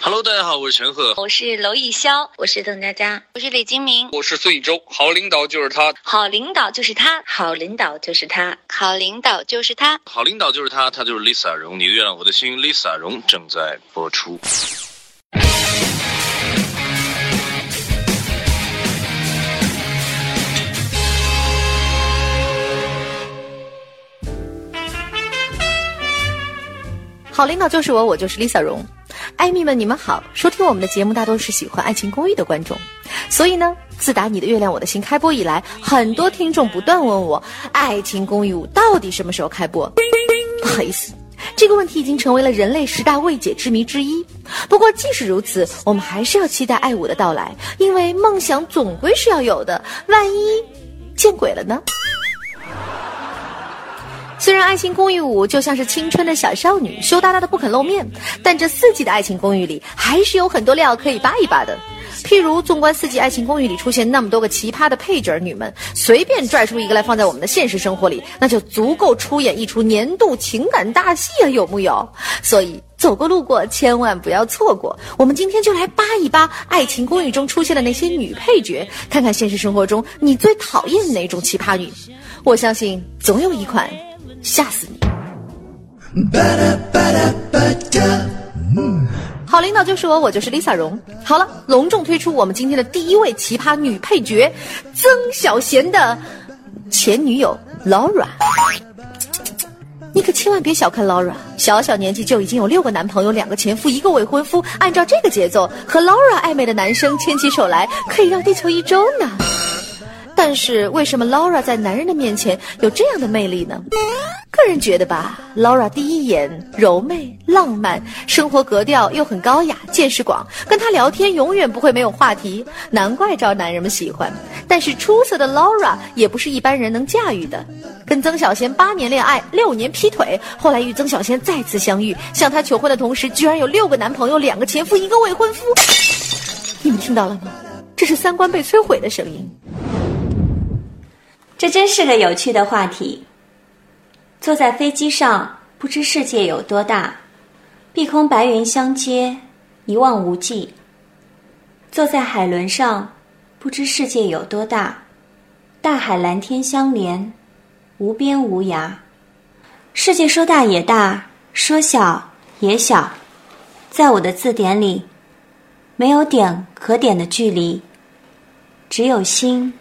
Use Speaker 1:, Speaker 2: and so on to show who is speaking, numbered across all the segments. Speaker 1: Hello，大家好，我是陈赫，
Speaker 2: 我是娄艺潇，我是邓家佳，
Speaker 3: 我是李金明，
Speaker 4: 我是孙艺洲。好领导就是他，
Speaker 2: 好领导就是他，好领导就是他，
Speaker 3: 好领导就是他，
Speaker 1: 好领导就是他，他就是 Lisa 荣，你的月亮我的心，Lisa 荣正在播出。
Speaker 5: 好领导就是我，我就是 Lisa 荣。艾米们，你们好！收听我们的节目大多是喜欢《爱情公寓》的观众，所以呢，自打《你的月亮我的心》开播以来，很多听众不断问我，《爱情公寓五》到底什么时候开播？不好意思，这个问题已经成为了人类十大未解之谜之一。不过，即使如此，我们还是要期待爱五的到来，因为梦想总归是要有的。万一见鬼了呢？虽然《爱情公寓五》就像是青春的小少女，羞答答的不肯露面，但这四季的《爱情公寓》里还是有很多料可以扒一扒的。譬如，纵观四季《爱情公寓》里出现那么多个奇葩的配角女们，随便拽出一个来放在我们的现实生活里，那就足够出演一出年度情感大戏啊，有木有？所以，走过路过千万不要错过。我们今天就来扒一扒《爱情公寓》中出现的那些女配角，看看现实生活中你最讨厌哪种奇葩女。我相信总有一款。吓死你！好领导就是我，我就是 Lisa 荣。好了，隆重推出我们今天的第一位奇葩女配角——曾小贤的前女友 Laura。你可千万别小看 Laura，小小年纪就已经有六个男朋友、两个前夫、一个未婚夫。按照这个节奏，和 Laura 暧昧的男生牵起手来，可以绕地球一周呢。但是为什么 Laura 在男人的面前有这样的魅力呢？个人觉得吧，Laura 第一眼柔媚浪漫，生活格调又很高雅，见识广，跟她聊天永远不会没有话题，难怪招男人们喜欢。但是出色的 Laura 也不是一般人能驾驭的，跟曾小贤八年恋爱，六年劈腿，后来与曾小贤再次相遇，向她求婚的同时，居然有六个男朋友、两个前夫、一个未婚夫。你们听到了吗？这是三观被摧毁的声音。
Speaker 6: 这真是个有趣的话题。坐在飞机上，不知世界有多大，碧空白云相接，一望无际；坐在海轮上，不知世界有多大，大海蓝天相连，无边无涯。世界说大也大，说小也小，在我的字典里，没有点和点的距离，只有心。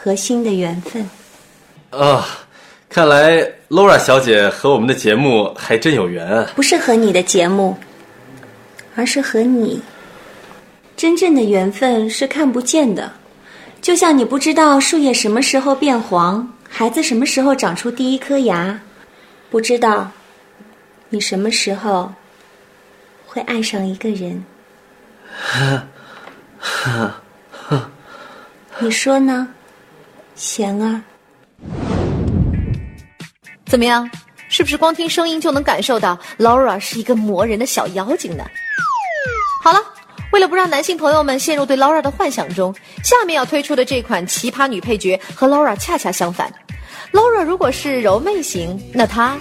Speaker 6: 和心的缘分
Speaker 7: 啊、哦！看来 Laura 小姐和我们的节目还真有缘、啊。
Speaker 6: 不是和你的节目，而是和你。真正的缘分是看不见的，就像你不知道树叶什么时候变黄，孩子什么时候长出第一颗牙，不知道你什么时候会爱上一个人。你说呢？贤儿，
Speaker 5: 怎么样？是不是光听声音就能感受到 Laura 是一个磨人的小妖精呢？好了，为了不让男性朋友们陷入对 Laura 的幻想中，下面要推出的这款奇葩女配角和 Laura 恰恰相反。Laura 如果是柔媚型，那她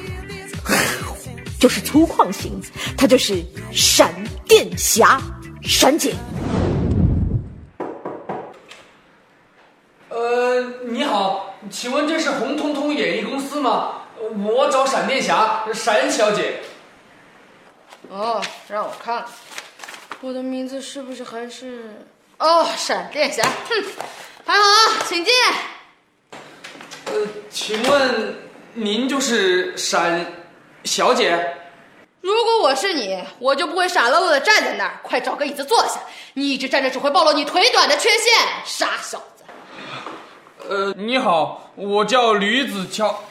Speaker 5: 就是粗犷型，她就是闪电侠闪姐。
Speaker 8: 呃，你好，请问这是红彤彤演艺公司吗？我找闪电侠闪小姐。
Speaker 9: 哦，让我看，我的名字是不是还是……哦，闪电侠，哼，还好，啊请进。
Speaker 8: 呃，请问您就是闪小姐？
Speaker 9: 如果我是你，我就不会傻愣愣的站在那儿。快找个椅子坐下，你一直站着只会暴露你腿短的缺陷，傻小子。
Speaker 8: 呃，你好，我叫吕子乔。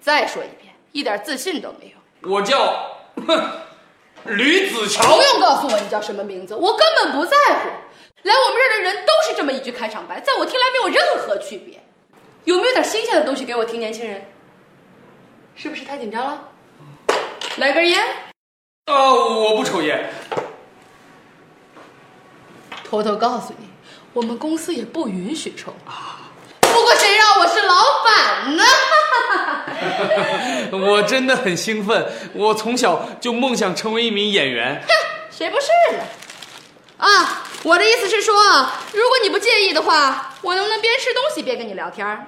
Speaker 9: 再说一遍，一点自信都没有。
Speaker 8: 我叫吕子乔。
Speaker 9: 不用告诉我你叫什么名字，我根本不在乎。来我们这儿的人都是这么一句开场白，在我听来没有任何区别。有没有点新鲜的东西给我听，年轻人？是不是太紧张了？来根烟。
Speaker 8: 啊、呃，我不抽烟。
Speaker 9: 偷偷告诉你。我们公 司也不允许抽啊！不过谁让我是老板呢？
Speaker 8: 我真的很兴奋，我从小就梦想成为一名演员。
Speaker 9: 谁不是呢？啊，我的意思是说，如果你不介意的话，我能不能边吃东西边跟你聊天儿？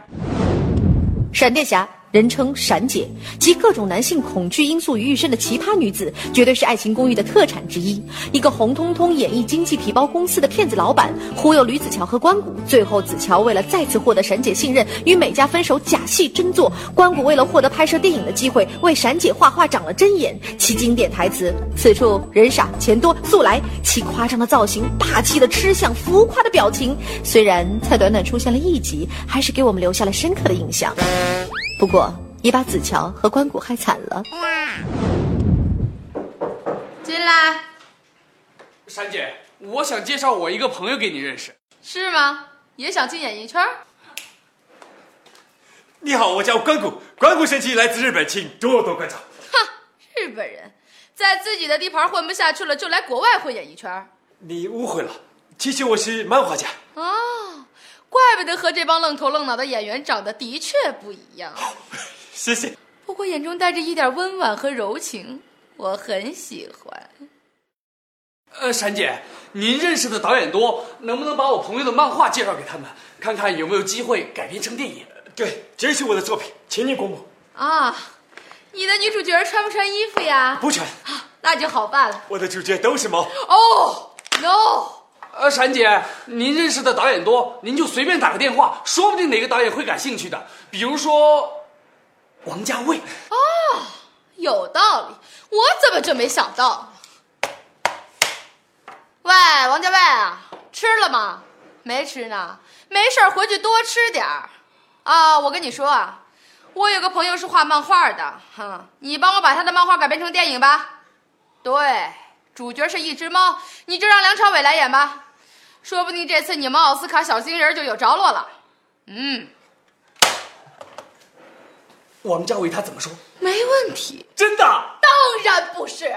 Speaker 5: 闪电侠，人称闪姐，集各种男性恐惧因素于一身的奇葩女子，绝对是《爱情公寓》的特产之一。一个红彤彤演绎经济皮包公司的骗子老板，忽悠吕子乔和关谷，最后子乔为了再次获得闪姐信任，与美嘉分手，假戏真做；关谷为了获得拍摄电影的机会，为闪姐画画长了针眼。其经典台词：“此处人傻钱多，速来！”其夸张的造型、霸气的吃相、浮夸的表情，虽然才短短出现了一集，还是给我们留下了深刻的印象。不过也把子乔和关谷害惨了。
Speaker 9: 进来，
Speaker 8: 珊姐，我想介绍我一个朋友给你认识。
Speaker 9: 是吗？也想进演艺圈儿？
Speaker 10: 你好，我叫关谷，关谷神奇来自日本，请多多关照。
Speaker 9: 日本人在自己的地盘混不下去了，就来国外混演艺圈儿。
Speaker 10: 你误会了，其实我是漫画家。
Speaker 9: 哦，怪不得和这帮愣头愣脑的演员长得的确不一样，
Speaker 10: 谢谢。
Speaker 9: 不过眼中带着一点温婉和柔情，我很喜欢。
Speaker 8: 呃，珊姐，您认识的导演多，能不能把我朋友的漫画介绍给他们，看看有没有机会改编成电影？
Speaker 10: 呃对，这是我的作品，请你公布。
Speaker 9: 啊，你的女主角穿不穿衣服呀？
Speaker 10: 不全，
Speaker 9: 那就好办了。
Speaker 10: 我的主角都是猫。
Speaker 9: 哦、n o
Speaker 8: 呃，闪姐，您认识的导演多，您就随便打个电话，说不定哪个导演会感兴趣的。比如说，王家卫。
Speaker 9: 哦有道理，我怎么就没想到呢？喂，王家卫啊，吃了吗？没吃呢，没事儿回去多吃点儿。啊，我跟你说啊，我有个朋友是画漫画的，哈、你帮我把他的漫画改编成电影吧。对，主角是一只猫，你就让梁朝伟来演吧，说不定这次你们奥斯卡小金人就有着落了。嗯，
Speaker 8: 王家卫他怎么说？
Speaker 9: 没问题。
Speaker 8: 真的？
Speaker 9: 当然不是，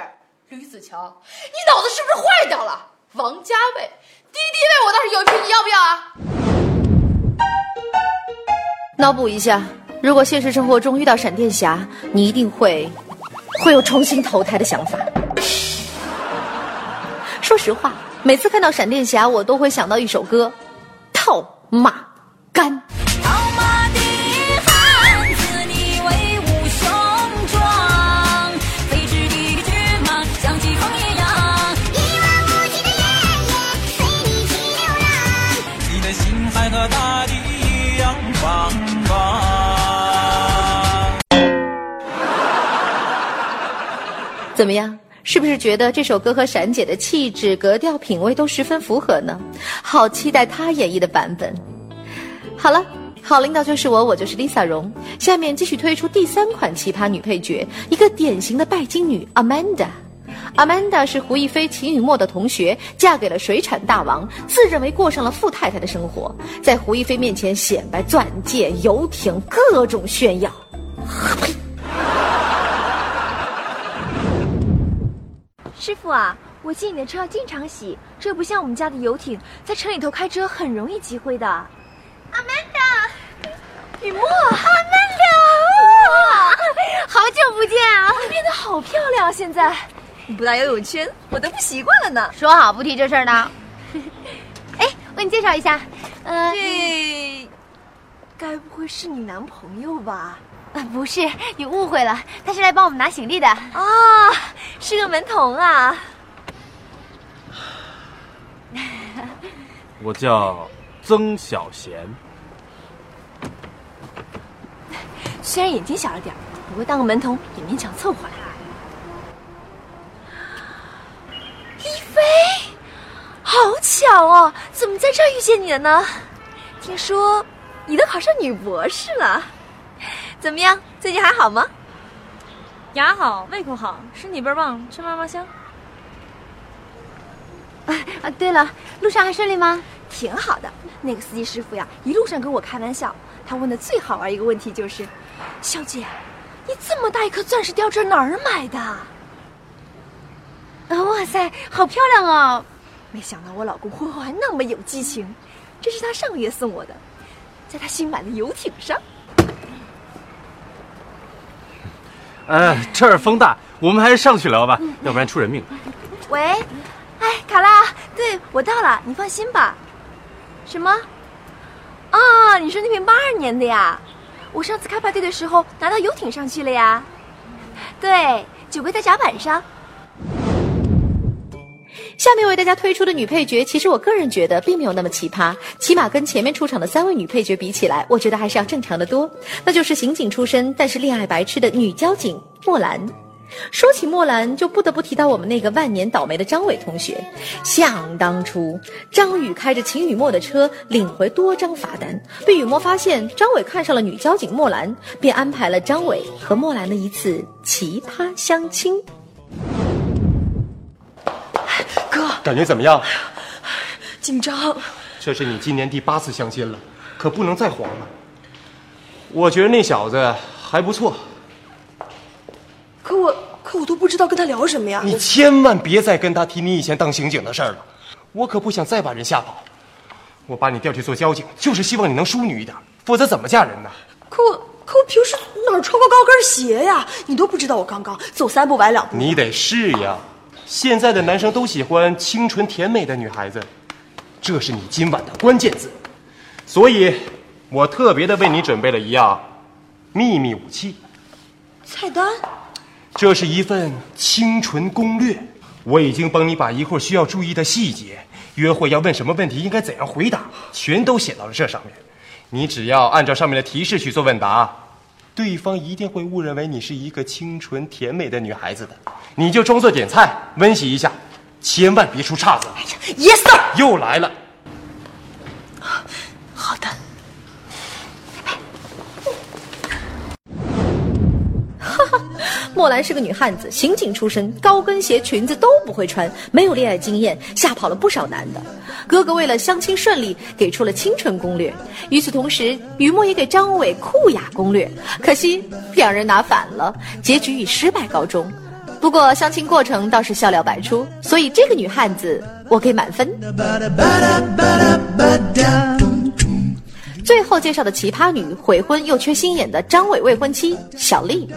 Speaker 9: 吕子乔，你脑子是不是坏掉了？王家卫，敌敌畏我倒是有一瓶，你要不要啊？
Speaker 5: 脑补一下，如果现实生活中遇到闪电侠，你一定会会有重新投胎的想法。说实话，每次看到闪电侠，我都会想到一首歌，《套马杆》。
Speaker 11: 套马的汉子，你威武雄壮，飞驰的骏马像疾风一样。一望无际的原野，随你去流浪。
Speaker 12: 你的心还和大地一样宽 广。
Speaker 5: 怎么样？是不是觉得这首歌和闪姐的气质、格调、品味都十分符合呢？好期待她演绎的版本。好了，好领导就是我，我就是 Lisa 荣。下面继续推出第三款奇葩女配角，一个典型的拜金女 Amanda。Amanda 是胡一菲、齐雨墨的同学，嫁给了水产大王，自认为过上了富太太的生活，在胡一菲面前显摆钻戒、游艇，各种炫耀。
Speaker 13: 师傅啊，我记你的车要经常洗，这不像我们家的游艇，在城里头开车很容易积灰的。Amanda，雨墨，Amanda，好啊久不见啊！你变得好漂亮啊，现在。你不打游泳圈，我都不习惯了呢。说好不提这事儿 呢。哎，我给你介绍一下，呃，这该不会是你男朋友吧？呃不是，你误会了，他是来帮我们拿行李的。啊，是个门童 啊。
Speaker 14: 我叫曾小贤，
Speaker 13: 虽然眼睛小了点儿，不过当个门童也勉强凑合了。一菲，好巧哦，怎么在这儿遇见你了呢？听说你都考上女博士了，怎么样？最近还好吗？
Speaker 11: 牙好，胃口好，身体倍儿棒，吃嘛嘛香。
Speaker 13: 啊，对了，路上还顺利吗？挺好的，那个司机师傅呀，一路上跟我开玩笑，他问的最好玩一个问题就是：“小姐，你这么大一颗钻石吊坠哪儿买的？”啊，哇塞，好漂亮哦！没想到我老公婚后还那么有激情，这是他上个月送我的，在他新买的游艇上。
Speaker 7: 呃，这儿风大，我们还是上去聊吧，要不然出人命。
Speaker 15: 喂，哎，卡拉，对我到了，你放心吧。什么？啊，你说那瓶八二年的呀？我上次开派对的时候拿到游艇上去了呀。对，酒杯在甲板上。
Speaker 5: 下面为大家推出的女配角，其实我个人觉得并没有那么奇葩，起码跟前面出场的三位女配角比起来，我觉得还是要正常的多。那就是刑警出身，但是恋爱白痴的女交警莫兰。说起莫兰，就不得不提到我们那个万年倒霉的张伟同学。想当初，张宇开着秦雨墨的车领回多张罚单，被雨墨发现张伟看上了女交警莫兰，便安排了张伟和莫兰的一次奇葩相亲。
Speaker 13: 哥，
Speaker 10: 感觉怎么样？
Speaker 13: 紧张。
Speaker 10: 这是你今年第八次相亲了，可不能再黄了。我觉得那小子还不错，
Speaker 13: 可我可我都不知道跟他聊什么呀。
Speaker 10: 你千万别再跟他提你以前当刑警的事儿了，我可不想再把人吓跑。我把你调去做交警，就是希望你能淑女一点，否则怎么嫁人呢？
Speaker 13: 可我可我平时哪儿穿过高跟鞋呀？你都不知道我刚刚走三步崴两步。
Speaker 10: 你得试呀。现在的男生都喜欢清纯甜美的女孩子，这是你今晚的关键字。所以，我特别的为你准备了一样秘密武器，
Speaker 13: 菜单，
Speaker 10: 这是一份清纯攻略。我已经帮你把一会儿需要注意的细节，约会要问什么问题，应该怎样回答，全都写到了这上面。你只要按照上面的提示去做问答，对方一定会误认为你是一个清纯甜美的女孩子的。你就装作点菜温习一下，千万别出岔子。哎呀
Speaker 13: ，yes sir，
Speaker 10: 又来了。
Speaker 13: 好的。
Speaker 5: 莫兰是个女汉子，刑警出身，高跟鞋、裙子都不会穿，没有恋爱经验，吓跑了不少男的。哥哥为了相亲顺利，给出了清纯攻略。与此同时，于墨也给张伟酷雅攻略，可惜两人拿反了，结局以失败告终。不过相亲过程倒是笑料百出，所以这个女汉子我给满分。最后介绍的奇葩女，悔婚又缺心眼的张伟未婚妻小丽。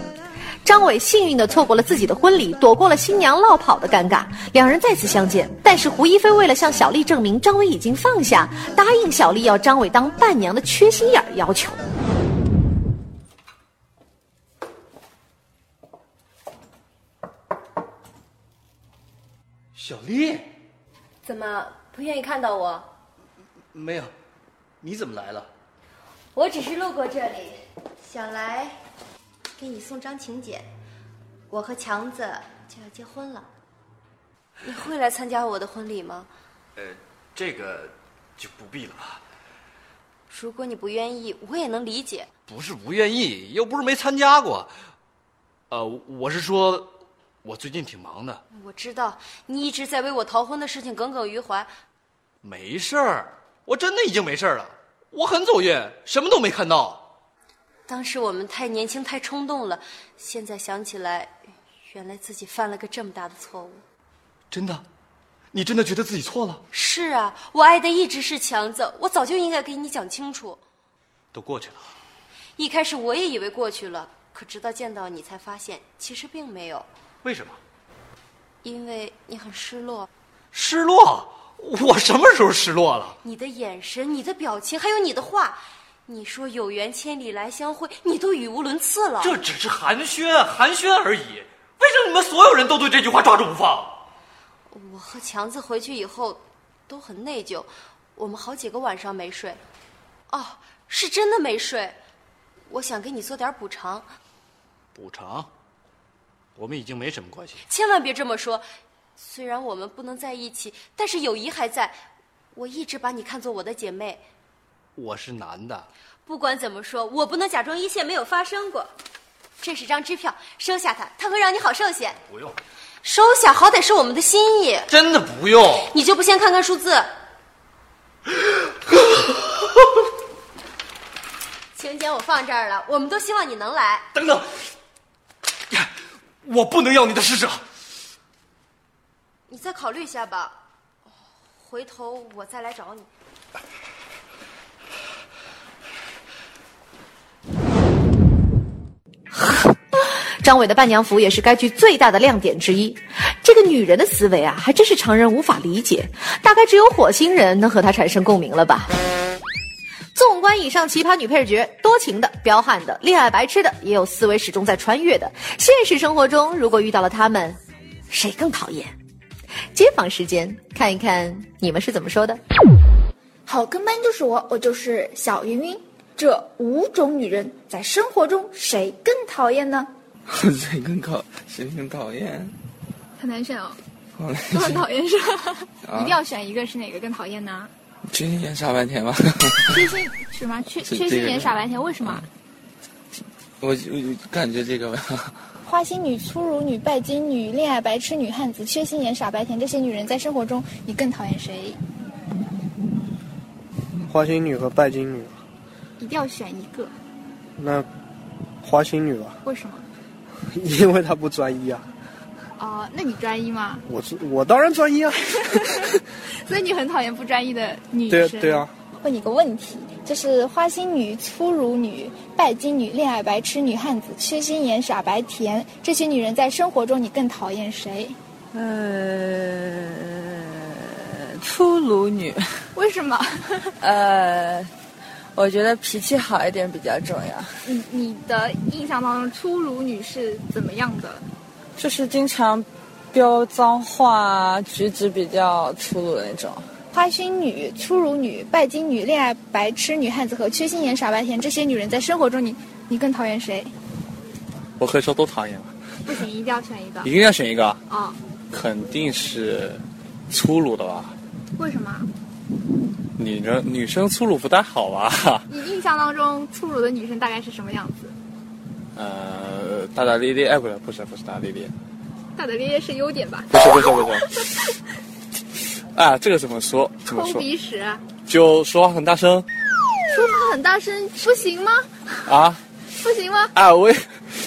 Speaker 5: 张伟幸运的错过了自己的婚礼，躲过了新娘落跑的尴尬，两人再次相见。但是胡一菲为了向小丽证明张伟已经放下，答应小丽要张伟当伴娘的缺心眼儿要求。
Speaker 16: 小丽，
Speaker 15: 怎么不愿意看到我？
Speaker 16: 没有，你怎么来了？
Speaker 15: 我只是路过这里，想来给你送张请柬。我和强子就要结婚了，你会来参加我的婚礼吗？
Speaker 16: 呃，这个就不必了啊吧。
Speaker 15: 如果你不愿意，我也能理解。
Speaker 16: 不是不愿意，又不是没参加过。呃，我是说，我最近挺忙的。
Speaker 15: 我知道你一直在为我逃婚的事情耿耿于怀，
Speaker 16: 没事儿，我真的已经没事儿了。我很走运，什么都没看到。
Speaker 15: 当时我们太年轻太冲动了，现在想起来，原来自己犯了个这么大的错误。
Speaker 16: 真的，你真的觉得自己错了？
Speaker 15: 是啊，我爱的一直是强子，我早就应该给你讲清楚。
Speaker 16: 都过去了。
Speaker 15: 一开始我也以为过去了，可直到见到你才发现，其实并没有，
Speaker 16: 为什么？
Speaker 15: 因为你很失落。
Speaker 16: 失落？我什么时候失落了？
Speaker 15: 你的眼神、你的表情，还有你的话，你说“有缘千里来相会”，你都语无伦次了。
Speaker 16: 这只是寒暄，啊寒暄而已。为什么你们所有人都对这句话抓住不放？
Speaker 15: 我和强子回去以后都很内疚，我们好几个晚上没睡。哦，是真的没睡。我想给你做点补偿，
Speaker 16: 补偿？我们已经没什么关系。
Speaker 15: 千万别这么说。虽然我们不能在一起，但是友谊还在。我一直把你看作我的姐妹。
Speaker 16: 我是男的，
Speaker 15: 不管怎么说，我不能假装一切没有发生过。这是张支票，收下它，它会让你好受些。
Speaker 16: 不用，
Speaker 15: 收下，好歹是我们的心意。
Speaker 16: 真的不用。
Speaker 15: 你就不先看看数字？ 请柬我放这儿了，我们都希望你能来。
Speaker 16: 等等，我不能要你的施舍。
Speaker 15: 你再考虑一下吧，哦回头我再来找你。
Speaker 5: 张伟的伴娘服也是该剧最大的亮点之一。这个女人的思维啊，还真是常人无法理解，大概只有火星人能和她产生共鸣了吧。纵观以上奇葩女配角，多情的、彪悍的、恋爱白痴的，也有思维始终在穿越的。现实生活中，如果遇到了她们，谁更讨厌？街访时间，看一看你们是怎么说的。
Speaker 17: 好跟班就是我，我就是小云云。这五种女人在生活中谁更讨厌呢？
Speaker 12: 谁更讨谁更讨厌？
Speaker 18: 好难选哦，
Speaker 12: 好嘞，
Speaker 18: 都很讨厌是吧？
Speaker 12: 啊
Speaker 18: 一定要选一个是哪个更讨厌呢？
Speaker 12: 去年演傻白甜吧。
Speaker 18: 缺心什么？缺
Speaker 12: 是
Speaker 18: 缺
Speaker 12: 这
Speaker 18: 心
Speaker 12: 个
Speaker 18: 眼
Speaker 12: 人
Speaker 18: 傻白甜，为什么？
Speaker 12: 我我感觉这个吧，
Speaker 19: 花心女、粗鲁女、拜金女、恋爱白痴女汉子、缺心眼、傻白甜，这些女人在生活中，你更讨厌谁？
Speaker 20: 花心女和拜金女，
Speaker 18: 一定要选一个，
Speaker 20: 那花心女吧，
Speaker 18: 为什么？
Speaker 20: 因为她不专一啊。
Speaker 18: 哦、那你专一吗？
Speaker 20: 我我当然专一啊。
Speaker 18: 所以你很讨厌不专一的女
Speaker 20: 对啊
Speaker 18: 生。
Speaker 20: 对啊。
Speaker 19: 问你个问题，就是花心女、粗鲁女、拜金女、恋爱白痴女汉子、缺心眼、傻白甜，这些女人在生活中，你更讨厌谁？
Speaker 21: 呃，粗鲁女。
Speaker 18: 为什么？
Speaker 21: 呃，我觉得脾气好一点比较重要，
Speaker 18: 你你的印象当中，粗鲁女是怎么样的？
Speaker 21: 就是经常飙脏话，啊举止比较粗鲁的那种。
Speaker 19: 花心女、粗鲁女、拜金女、恋爱白痴女汉子和缺心眼、傻白甜，这些女人在生活中你，你更讨厌谁？
Speaker 22: 我可以说都讨厌了，啊
Speaker 18: 不行，一定要选一个。
Speaker 22: 一定要选一个，啊
Speaker 18: 哦，
Speaker 22: 肯定是粗鲁的吧？
Speaker 18: 为什么？
Speaker 22: 女人女生粗鲁不太好啊吧？
Speaker 18: 你印象当中粗鲁的女生大概是什么样子？
Speaker 22: 呃，大大咧咧，哎，不是不是不是大大咧咧，
Speaker 18: 大大咧咧是优点吧？
Speaker 22: 不是不是不是，啊，这个怎么说？怎么
Speaker 18: 抠
Speaker 22: 说？
Speaker 18: 鼻屎，
Speaker 22: 就说话很大声
Speaker 18: 说话很大声，不行吗？
Speaker 22: 啊
Speaker 18: 不行吗？
Speaker 22: 啊！我也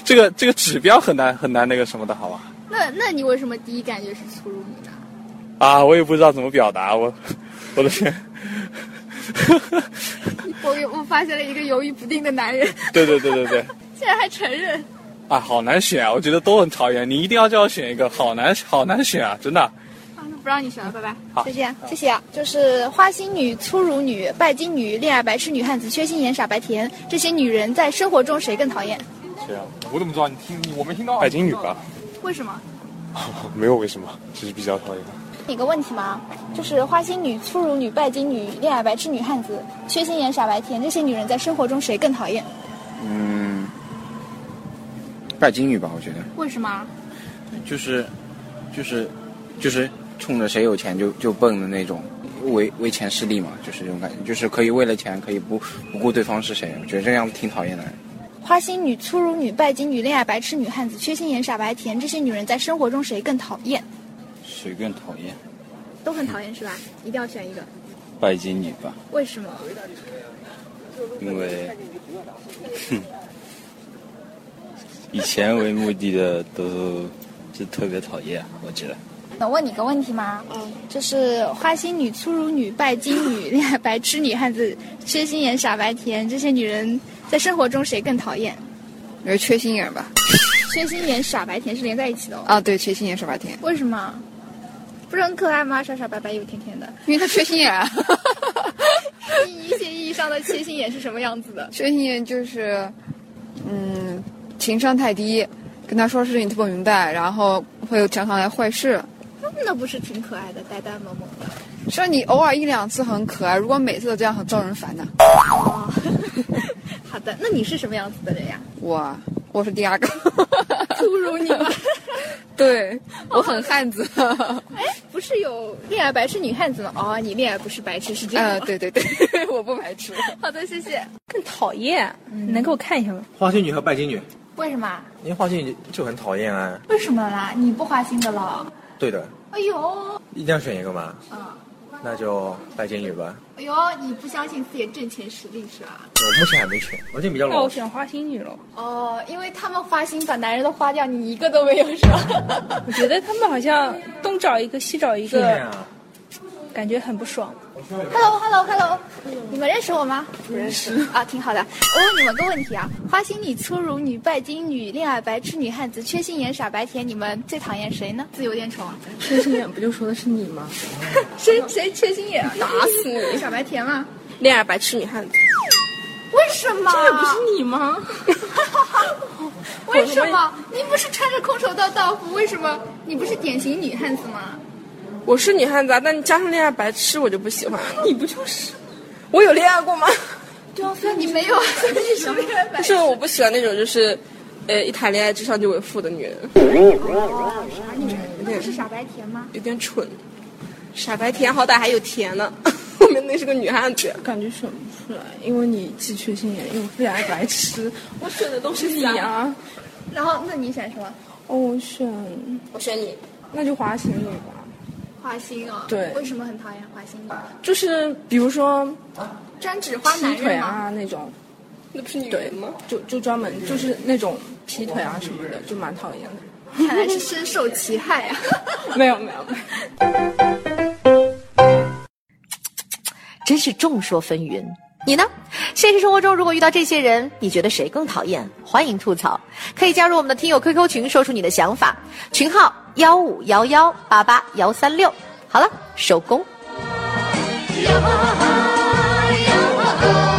Speaker 22: 这个这个指标很难很难那个什么的好吧？
Speaker 18: 那那你为什么第一感觉是粗鲁女呢？
Speaker 22: 啊，我也不知道怎么表达，我我的天，
Speaker 18: 我有我发现了一个犹豫不定的男人，
Speaker 22: 对对对对对。
Speaker 18: 竟然还承认。
Speaker 22: 啊，好难选啊！我觉得都很讨厌，你一定要叫我选一个，好难，好难选啊！真的，
Speaker 18: 啊，那不让你选了，拜拜。
Speaker 22: 好
Speaker 19: 再见，谢谢啊。就是花心女、粗鲁女、拜金女、恋爱白痴女汉子、缺心眼、傻白甜，这些女人在生活中谁更讨厌？
Speaker 22: 这样，
Speaker 10: 啊我怎么知道？你听，我没听到。啊
Speaker 22: 拜金女吧，
Speaker 18: 为什么？
Speaker 22: 没有为什么，只是比较讨厌。
Speaker 19: 你个问题吗？就是花心女、粗鲁女、拜金女、恋爱白痴女汉子、缺心眼、傻白甜，这些女人在生活中谁更讨厌？
Speaker 23: 嗯，拜金女吧，我觉得
Speaker 18: 为什么？
Speaker 23: 就是，就是，就是冲着谁有钱就就蹦的那种，为为钱势利嘛，就是这种感觉，就是可以为了钱可以不不顾对方是谁，我觉得这样挺讨厌的。
Speaker 19: 花心女、粗鲁女、拜金女、恋爱白痴女汉子、缺心眼、傻白甜，这些女人在生活中谁更讨厌？
Speaker 23: 谁更讨厌？
Speaker 18: 都很讨厌是吧？一定要选一个，
Speaker 23: 拜金女吧，
Speaker 18: 为什么？
Speaker 23: 因为，哼，以钱为目的的都就特别讨厌，啊我觉得。
Speaker 19: 能问你个问题吗？嗯，就是花心女、粗鲁女、拜金女、恋爱白痴女汉子、缺心眼、傻白甜，这些女人在生活中谁更讨厌？
Speaker 24: 我觉得缺心眼吧。
Speaker 19: 缺心眼、傻白甜是连在一起的哦。
Speaker 24: 啊，对，缺心眼傻白甜，
Speaker 19: 为什么？不是很可爱吗？傻傻白白又甜甜的。
Speaker 24: 因为他缺心眼啊。
Speaker 19: 一些意义上的缺心眼是什么样 子的？
Speaker 24: 缺心眼就是，嗯，情商太低，跟他说事情他不明白，然后会常常来坏事。
Speaker 19: 那不是挺可爱的，呆呆萌萌的。
Speaker 24: 说你偶尔一两次很可爱，如果每次都这样很招人烦的。
Speaker 19: 好的，那你是什么样子的人 呀？
Speaker 24: 我我是第二个，
Speaker 19: 粗鲁你吗？
Speaker 24: 对 我很汉子。
Speaker 19: 哎，不是有恋爱白痴女汉子吗？哦，你恋爱不是白痴，是这样吗。
Speaker 24: 呃，对对对， 我不排斥。
Speaker 19: 好的，谢嗯谢。
Speaker 24: 更讨厌，你能给我看一下吗？
Speaker 25: 花心女和拜金女，
Speaker 24: 为什么？
Speaker 25: 因为花心女就很讨厌啊。
Speaker 24: 为什么啦？你不花心的了？
Speaker 25: 对的，
Speaker 24: 哎呦，
Speaker 25: 一定要选一个嘛，
Speaker 19: 嗯
Speaker 24: 啊，
Speaker 25: 那就拜金女吧。
Speaker 24: 哎呦，你不相信自己的挣钱实力是吧？
Speaker 25: 我目前还没选，我这比较老实。
Speaker 24: 选花心女了。
Speaker 19: 哦，因为他们花心把男人都花掉，你一个都没有是吧？
Speaker 26: 我觉得他们好像东找一个西找一
Speaker 25: 是
Speaker 26: 个，
Speaker 25: 啊，
Speaker 18: 感觉很不爽。
Speaker 19: Hello Hello Hello，你们认识我吗？
Speaker 18: 不认识
Speaker 19: 啊，挺好的。我问你们个问题啊，花心女、粗鲁女、拜金女、恋爱白痴女汉子、缺心眼、傻白甜，你们最讨厌谁呢？自由恋宠啊？
Speaker 18: 缺心眼不就说的是你吗？
Speaker 19: 谁谁缺心 眼啊？
Speaker 18: 打死你
Speaker 19: 傻白甜吗？
Speaker 18: 恋爱白痴女汉子，
Speaker 19: 为什么？
Speaker 18: 这不是你吗？
Speaker 19: 为什么？你不是穿着空手道道服，为什么你不是典型女汉子吗？
Speaker 18: 我是女汉子，啊，但你加上恋爱白痴，我就不喜欢。
Speaker 19: 你不就是？
Speaker 18: 我有恋爱过吗？
Speaker 19: 对啊，你没有啊，所以你 是恋爱白
Speaker 18: 就
Speaker 19: 痴
Speaker 18: 是。我不喜欢那种就是，呃，一谈恋爱智商就为负的女人，
Speaker 19: 哦啥女人？那不是傻白甜吗？
Speaker 18: 有点蠢。傻白甜好歹还有甜呢， 后面那是个女汉子。感觉选不出来，因为你既缺心眼又恋爱白痴。我选的都是你啊。
Speaker 19: 然后，那你选什么？
Speaker 18: 哦，我选，
Speaker 19: 我选你，
Speaker 18: 那就花心女吧。
Speaker 19: 花心啊、
Speaker 18: 对
Speaker 19: 为什么很讨厌花心女？啊
Speaker 18: 就是比如说
Speaker 19: 专指花
Speaker 18: 劈
Speaker 19: 男
Speaker 18: 腿
Speaker 19: 人吗？
Speaker 18: 啊那种，那不是女人吗？就就专门就是那种劈腿啊什么的，就蛮讨厌的。
Speaker 19: 看来是深受其害啊。
Speaker 18: 没有没有没有，
Speaker 5: 真是众说纷纭。你呢？现实生活中如果遇到这些人，你觉得谁更讨厌？欢迎吐槽，可以加入我们的听友 QQ 群，说出你的想法，群号幺五幺幺八八幺三六。好了，收工。
Speaker 11: 呀呀。